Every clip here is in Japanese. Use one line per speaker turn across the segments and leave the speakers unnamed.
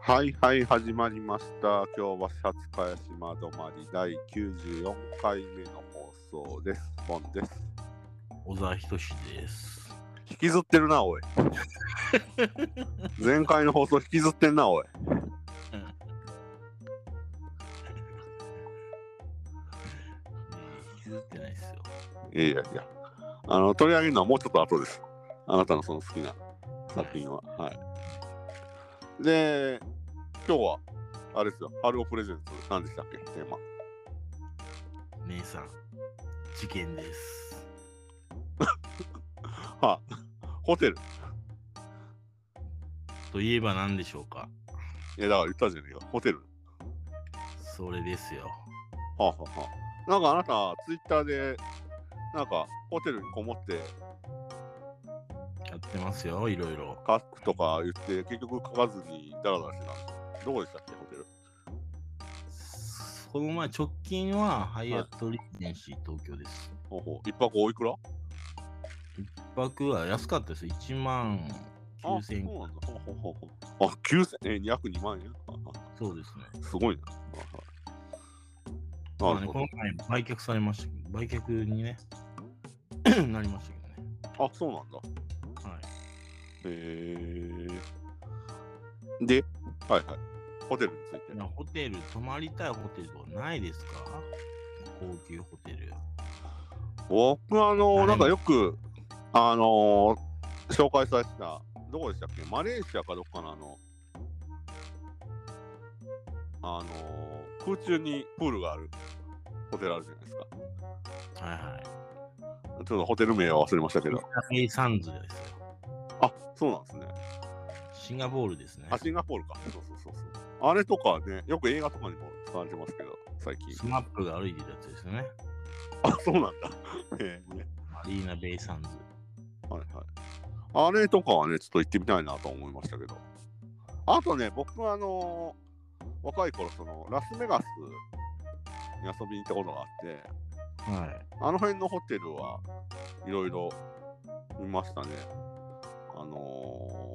はいはい始まりました今日はシャツかやしまどまり第94回目の放送ですボンです
小沢仁志です。
引きずってるなおい前回の放送引きずってんなおい
引きずってないですよ。
いやいやいやあの取り上げるのはもうちょっと後ですあなたのその好きな作品ははいで今日はあれですよ春をプレゼント何でしたっけテーマ
姉さん、事件です。
はあホテル
といえば何でしょうか
いやだから言ったじゃねえよホテル
それですよ。
はあ、はあはあ、なんかあなた、ツイッターで、なんかホテルにこもって
やってますよ、いろいろ。
書くとか言って、結局書かずにダラダラしてたんですよどこでしたっけ、ホテル。
その前、直近はハイアットリージェンシー東京です。
ほうほう一泊おいくら
一泊は安かったです。1万
あ、そう
9000
なんだ。ほうほうほうほうあ、9000え、約2万円あ
そうですね。
すごいな。あ
ま
は
あ
いな
ね
る
こ
ほ
の前売却されましたけど、売却にね、 なりましたけどね。
ど。あ、そうなんだ。
はい。
へえ。で、はいはい。ホテルについて
い。やホテル、泊まりたいホテルとかないですか高級ホテル。
僕あの
はい
なんかよくあのー紹介されてたどこでしたっけマレーシアかどっかのあのあのー空中にプールがあるホテルあるじゃないですか
はいはい。
ちょっとホテル名は忘れましたけど
ベイサンズですよ。
あそうなんですね
シンガポールですね
あ。シンガポールかそうそうそうそうあれとかねよく映画とかにも使われてますけど最近
スマップが歩いてるやつですよね。
あそうなんだええね
アリーナ・ベイサンズ。
はいはい。あれとかはね、ちょっと行ってみたいなと思いましたけど。あとね、僕はあのー若い頃、その、ラスベガスに遊びに行ったことがあって、
はい。
あの辺のホテルはいろいろ見ましたね。あの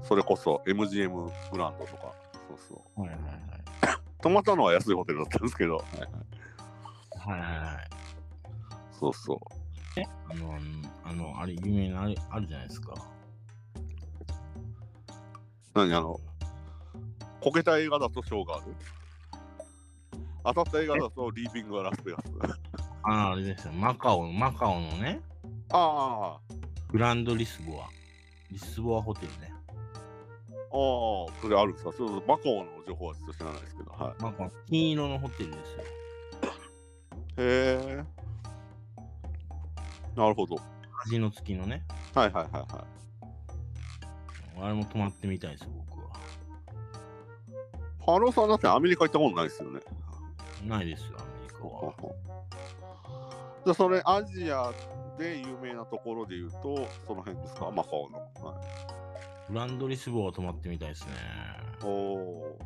ーそれこそ MGM グランドとか、そうそう。
はいはいはい。
泊まったのは安いホテルだったんですけど、はいはい、
はいはいはい。
そうそう。
あの、あの、あれ、有名なあれあるじゃないですか。
何あの、こけた映画だとショーがある当たった映画だとリービングはラスベガス。
ああ、あれですよ。マカオの、マカオのね、
ああ、
グランドリスボア。リスボアホテルね。
ああ、それあるんですか。そう、マカオの情報はちょっと知らないですけど、はい。
マカオ、金色のホテルですよ。
へえ。なるほど。
味の付きのね。
はいはいはいは
あれも泊まってみたいですよ、僕は。
い。ハローさんだってアメリカ行ったことないですよね。
ないですよ、アメリカは。
じゃあそれアジアで有名なところで言うと、その辺ですか、マカオの。は
グランドリスボア泊まってみたいですね。
い、おお。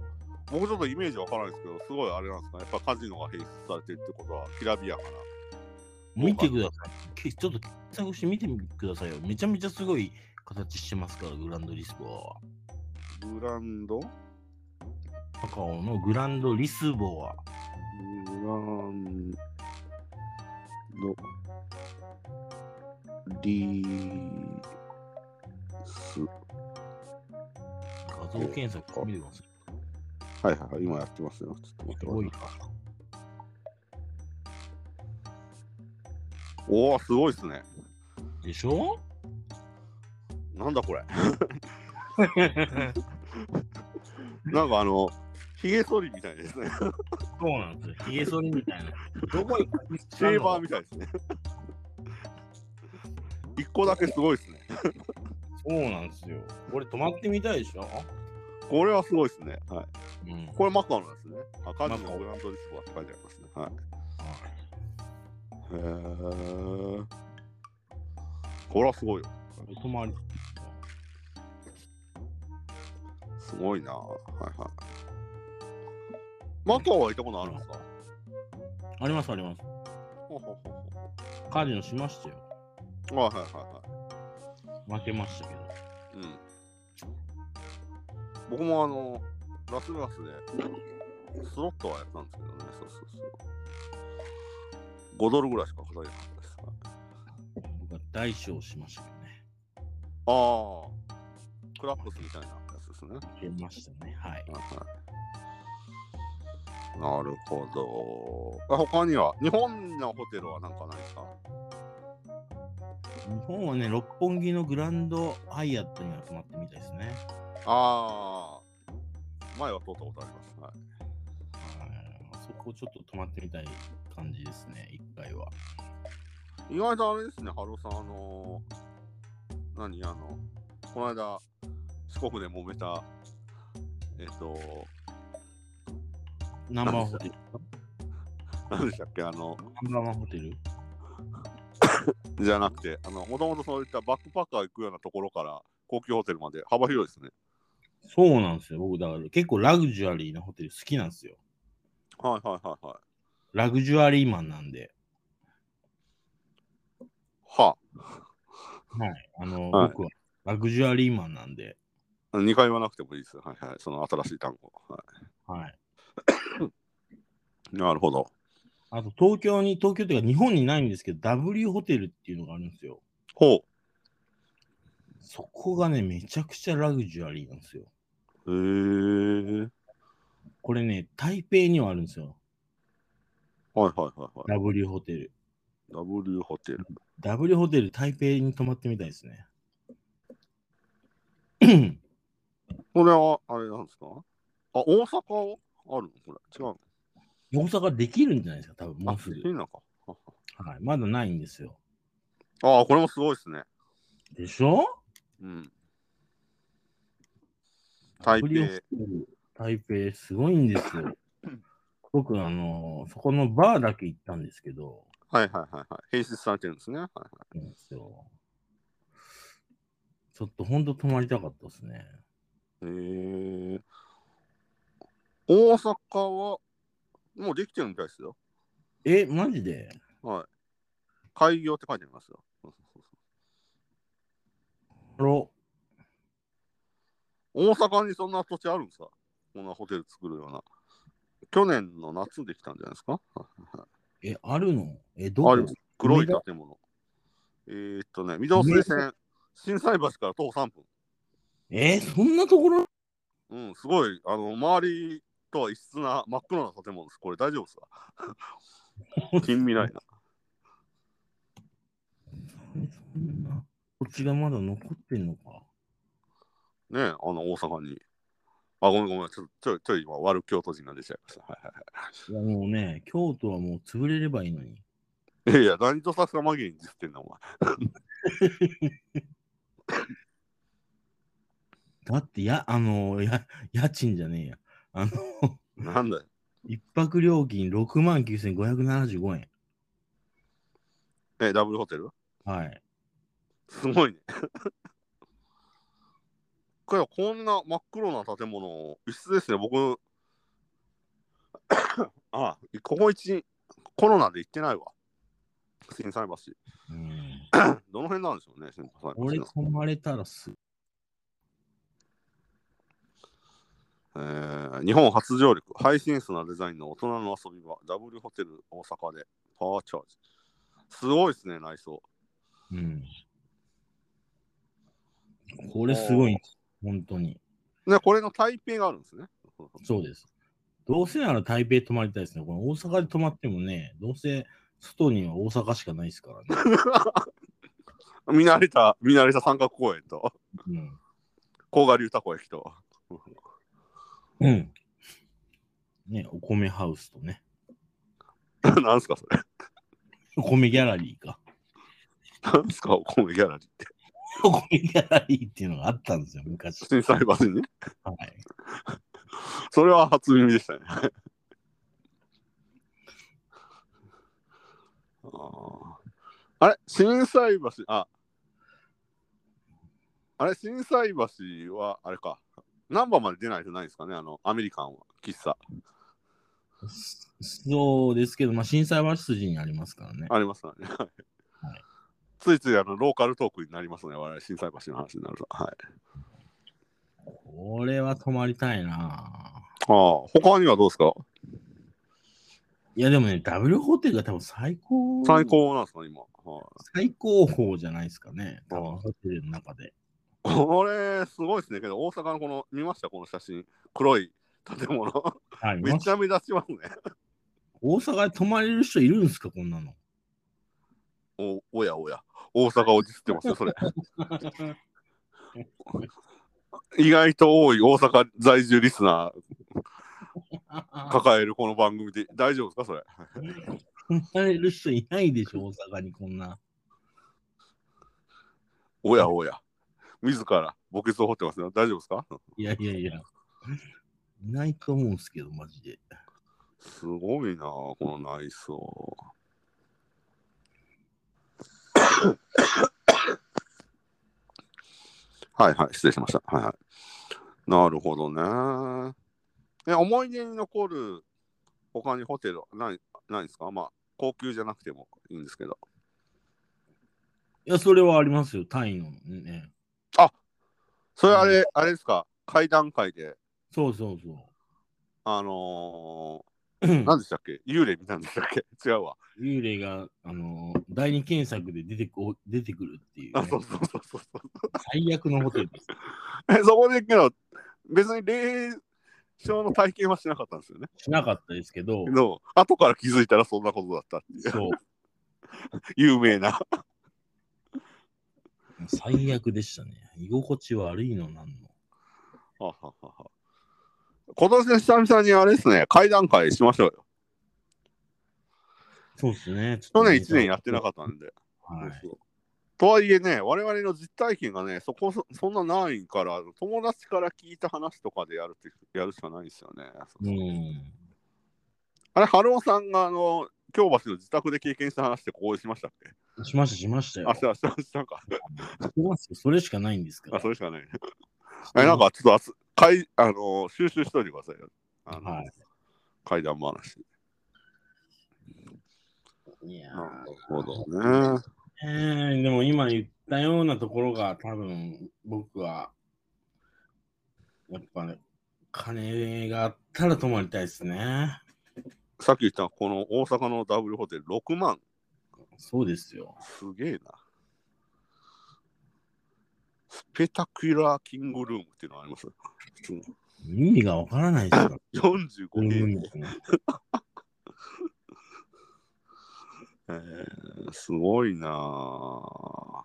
僕ちょっとイメージわからないですけど、すごいあれなんですかね。やっぱカジノが併設されてるってことは、きらびやかな。
見てください。けちょっと検索して見てくださいよ。めちゃめちゃすごい形してますから、グランドリスボアは。
ブランド
カカオのグランドリスボア。
グランドリス。
画像検索見てくださ
は
い。
いはいはい、今やってますよ。ちょっと待って
すごい
く
な
ださい。おお、すごいですね。
でしょ
なんだこれ。 なんかあの、ひげ剃りみたいですね。
そうなんですよ。ヒゲ剃りみたいな。どこに
シェーバーみたいですね。一個だけすごいですね。
そうなんですよ。これ泊まってみたいでしょ
これはすごいですね。はい。
うん。
これマカオなんですね。あ、カジノ
マカオ
グランドリスボアって書いてありますね。はい。へえ。これはすごいよ。
お泊まり。
すごいな。はいはい。マカオは行ったことあるんですか
ありますあります。
ほうほうほうほ
カジノしましたよ。
う。はいはいはいは
負けましたけど。
い。うん。僕もあの、ラスベガスで、スロットはやったんですけどね、そうそうそう。5ドルぐらいしか稼げなかったです。
僕は大勝しましたけどね。
ああ、クラップスみたいなやつですね。
出ましたね。はい。
はいなるほど。あ他には、日本のホテルはなんかないですか
日本はね、六本木のグランドハイアットには泊まってみたいですね。
ああ、前は通ったことあります。はい、
はい。あそこちょっと泊まってみたい感じですね、一回は。
意外とあれですね、ハローさん、あのー何、あの、この間、四国で揉めた、えっ、と、
ナンバーホテル。
何でしたっけ、あの、
ナンバーホテル
じゃなくて、あの、もともとそういったバックパッカー行くようなところから、高級ホテルまで幅広いですね。
そうなんですよ。僕、だから結構ラグジュアリーなホテル好きなんですよ。
はいはいはいはい。
ラグジュアリーマンなんで。
は
はい。あの、
はい
僕はラグジュアリーマンなんで。
あ、2回言わなくてもいいです。はいはい。その新しい単語。は
はい。
い、なるほど。
あと、東京に、東京というか日本にないんですけど、W ホテルっていうのがあるんですよ。
ほ
そこがね、めちゃくちゃラグジュアリーなんですよ。
う。へえ。
これね、台北にはあるんですよ。
はいはいはいはい。
W ホテル。
W ホテル。
W ホテル台北に泊まってみたいですね。
これは、あれなんですかあ、大阪はあるのこれ。違うの
大阪できるんじゃないですか、多分もうす
い
ぐ。
いのか。
はい、まだないんですよ。
ああ、これもすごいですね。
でしょ
うん。台北
W ホテル台北、すごいんですよ。僕、あのそこのバーだけ行ったんですけど、
はいはいはいはい。併設されてるんですね。はいはい、
そうなんですよちょっと本当泊まりたかったですね。
えー、大阪はもうできてるみたいですよ。
え、マジで
はい。開業って書いてありますよ。
あら
大阪にそんな土地あるんですかこんなホテル作るような。去年の夏できたんじゃないですか
え、あるのえ、ど
あ
こ
る黒い建物。えー、っとね、御堂水線、心斎橋から徒歩3分。
えそんなところ
うん、すごい、あの、周りとは異質な真っ黒な建物です。これ大丈夫ですか 近未来な。
そんな土地がまだ残ってんのか。
ねえ、あの、大阪に。あ、ごめんごめん、ちょっと、ちょい、ちょい今、悪京都人が出ちゃいました。はい
いやもうね、京都はもう潰れればいいのに。
はいはい。いやいや、何とさすが紛れに実ってんだ、お前。
だって、や、あの、や、家賃じゃねえや。あの、
なんだよ。
一泊料金6万9575円。
え、ダブルホテル
はい。
すごいね。これこんな真っ黒な建物、一室ですね、僕。 あここ一、コロナで行ってないわ。心斎橋。
うん、
どの辺なんでしょうね、心斎橋の。
俺、泊まれたらす、
えー日本初上陸、ハイセンスなデザインの大人の遊び場、W ホテル大阪で、パワーチャージ。すごいですね、内装。
うん。これすごい、本当に。
ね、これの台北があるんですね。
そうです。どうせなら台北泊まりたいですね。この大阪で泊まってもね、どうせ外には大阪しかないですからね。
見慣れた、見慣れた三角公園と、
うん。
甲賀龍太湖駅と。
うん。ね、お米ハウスとね、
なんすか、それ。
お米ギャラリーか。
なんすか、お米ギャラリーって。
お米ギャラリーっていうのがあったんですよ、昔。
震災橋にね。
はい。
それは初耳でしたね。 あーあれ震災橋、あ、あれ震災橋は、あれか。ナンバーまで出ないとないんですかね、あの、アメリカンは、喫茶。
そうですけど、まあ、震災橋筋にありますからね。
ありますからね。はいついついあのローカルトークになりますね、我々、震災橋の話になると。はい。
これは泊まりたいな
ああ、他にはどうですか
いやでもね、W ホテルが多分最高。
最。高なんですか、今。はい
最高峰じゃないですかね。多
ああ
分ホテルの中で。
これ、すごいですね。けど、大阪のこの、見ましたこの写真。黒い建物。
はい。
め
ま
ちゃ目立ちますね。
大阪で泊まれる人いるんですか、こんなの。
おおやおや。大阪落ち着ってますよ、それ。意外と多い大阪在住リスナー抱えるこの番組で大丈夫ですかそれ。
泊まれる人いないでしょ、大阪にこんな。
おやおや。自ら墓穴を掘ってますね。大丈夫ですか
いやいやいや。いないと思うんですけど、マジで。
すごいなあこの内装。 はいはい、失礼しました。はいはい。なるほどね。え、思い出に残る他にホテルはない、ないですかまあ、高級じゃなくてもいいんですけど。
いや、それはありますよ、タイのね。
それあれ、あれですか階段階で、
そうそうそ
あの
う。
ー、何でしたっけ幽霊見たんでしたっけ違うわ。
幽霊が、あのー第二検索で出てこ出てくるっていうね、
あ、そうそうそうそうそう。
最悪のホテルです。
え そこでけど、別に霊障の体験はしなかったんですよね。
しなかったです けど、
の後から気づいたらそんなことだったっていう
そう、
有名な。
最悪でしたね。居心地悪いのなんの。
はははは今年の久々にあれですね、会談会しましょうよ。
そうですね。
去年1年やってなか
っ
ったんで。
たはい。
そうそうとはいえね、我々の実体験がね、そこそそんなないから、友達から聞いた話とかでやるってやるしかないんですよね。そう
う。
そうんあれ、春尾さんがあの京橋の自宅で経験した話ってここでしましたっけ
しました、しましたよ。
あ、したしたしたか。
してますよそれしかないんですから。
あ、それしか ないね。え、なんかちょっとあつ、かい、あのー収集しといてくださいよ。あの、
はい
怪談話。
いやー
なるほどね。
えーでも今言ったようなところが多分僕はやっぱね金があったら泊まりたいですね。
さっき言った、この大阪の W ホテル6万。
そうですよ。
すげえな。スペタクュラーキングルームっていうのがあります。うん
意味がわからないですから。
45
うん
平米、
ですね
えーすごいなぁ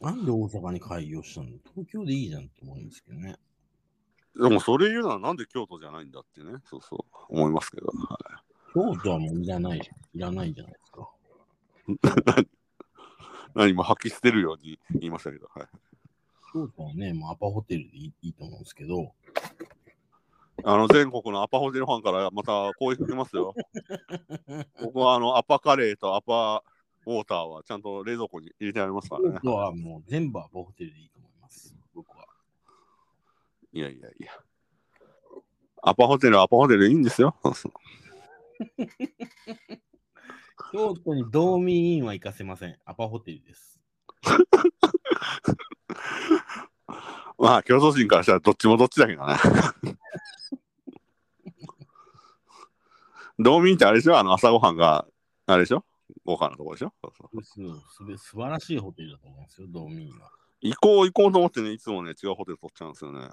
なんで大阪に開業したの東京でいいじゃんって思うんですけどね。
でもそれ言うならなんで京都じゃないんだってね、そうそう、思いますけど。はい
京都はもういらないじゃん。いらないじゃないですか。
何も吐き捨てるように言いましたけど。はい
京都はね、もうアパホテルでいいいいと思うんですけど、
あの全国のアパホテルファンからまたこう言ってますよ。僕はあのアパカレーとアパウォーターはちゃんと冷蔵庫に入れてありますから
京
ね。
都はもう全部アパホテルでいいと思います。僕は。
いやいやいや。アパホテルはアパホテルでいいんですよ。 そうそう
京都に道民委員は行かせません。アパホテルです。
まあ、競争心からしたらどっちもどっちだけどな。道民ってあれでしょあの朝ごはんがあれでしょご飯のとこでしょそうそう
すす素晴らしいホテルだと思うんですよ、道民は。
行こう行こうと思ってね、いつもね、違うホテル取っちゃうんですよね。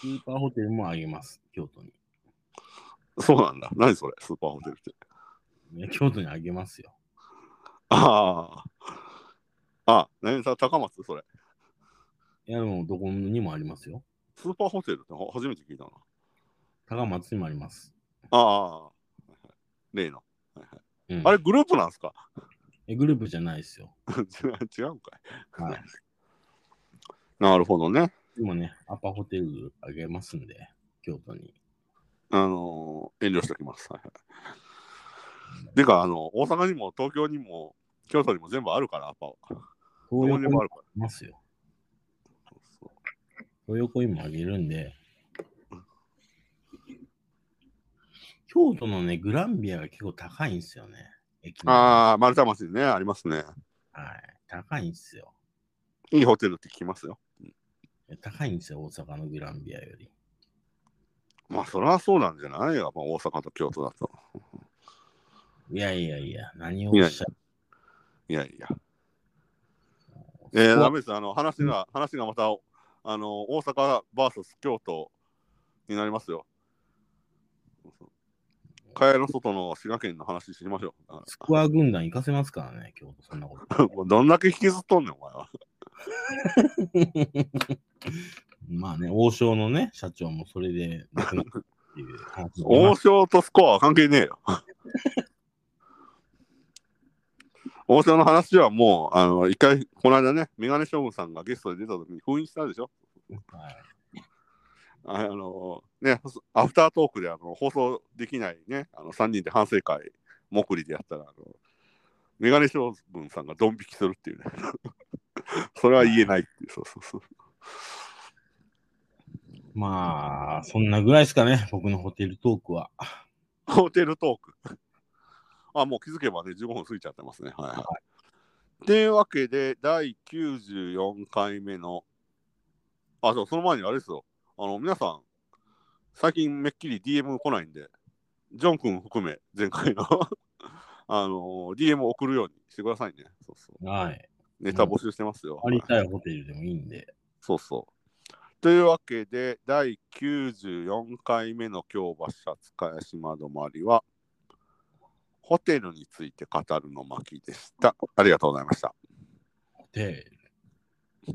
スーパーホテルもあげます、京都に。
そうなんだ。何それ、スーパーホテルって。
いや京都にあげますよ。
ああ。あ、何さ、高松それ。
いや、でもどこにもありますよ。
スーパーホテルってほ初めて聞いたな。
高松にもあります。
ああ。例の。
うん、
あれ、グループなんですか
えグループじゃないですよ。
違う違うんかい。
はい、
なるほどね。
今ね、アパホテルあげますんで、京都に。
あのー遠慮しておきます。はいはい。てか、あの、大阪にも東京にも京都にも全部あるから、アパは。ど
東
こにで
横にも
も
あ
あるから。
りますよ。
そうそう
東横にもあげるんで。京都のね、グランビアが結構高いんですよね。駅の
ああ、丸太町にね、ありますね。
はい。高いんですよ。
いいホテルって聞きますよ。
いや高いんですよ、大阪のグランビアより。
まあ、そりゃそうなんじゃないよ。まあ、大阪と京都だと。
いやいやいや、何をおっしゃる
いやいや。えー、ダメです。あの、話が、話がまた、あの、大阪 VS 京都になりますよ。蚊帳の外の滋賀県の話しましょう。
スコア軍団行かせますからね、京都、そんなこと。
もうどんだけ引きずっとんねん、お前は。
まあね、王将のね、社長もそれで亡くなったっていう話も
王将とスコアは関係ねえよ。王将の話はもう、あの、一回、この間ね、メガネ将軍さんがゲストで出た時に封印したでしょ
はい
あのね、アフタートークであの放送できないね、あの3人で反省会、もくりでやったら、あのメガネ将軍さんがドン引きするっていうね。 それは言えないっていう、そうそうそう。
まあ、そんなぐらいですかね、僕のホテルトークは。
ホテルトーク。あ、もう気づけばね、15分過ぎちゃってますね。はいはい。と、いうわけで、第94回目の、あ、そう、その前にあれですよ。あの、皆さん、最近めっきり DM 来ないんで、ジョン君含め、前回の、 あのー DM を送るようにしてくださいね。そうそう。
はい。
ネタ募集してますよ。
ありたいホテルでもいいんで。
そうそう。というわけで、第94回目の京橋勝茅島止まりは、ホテルについて語るの巻でした。ありがとうございました。
ホテル。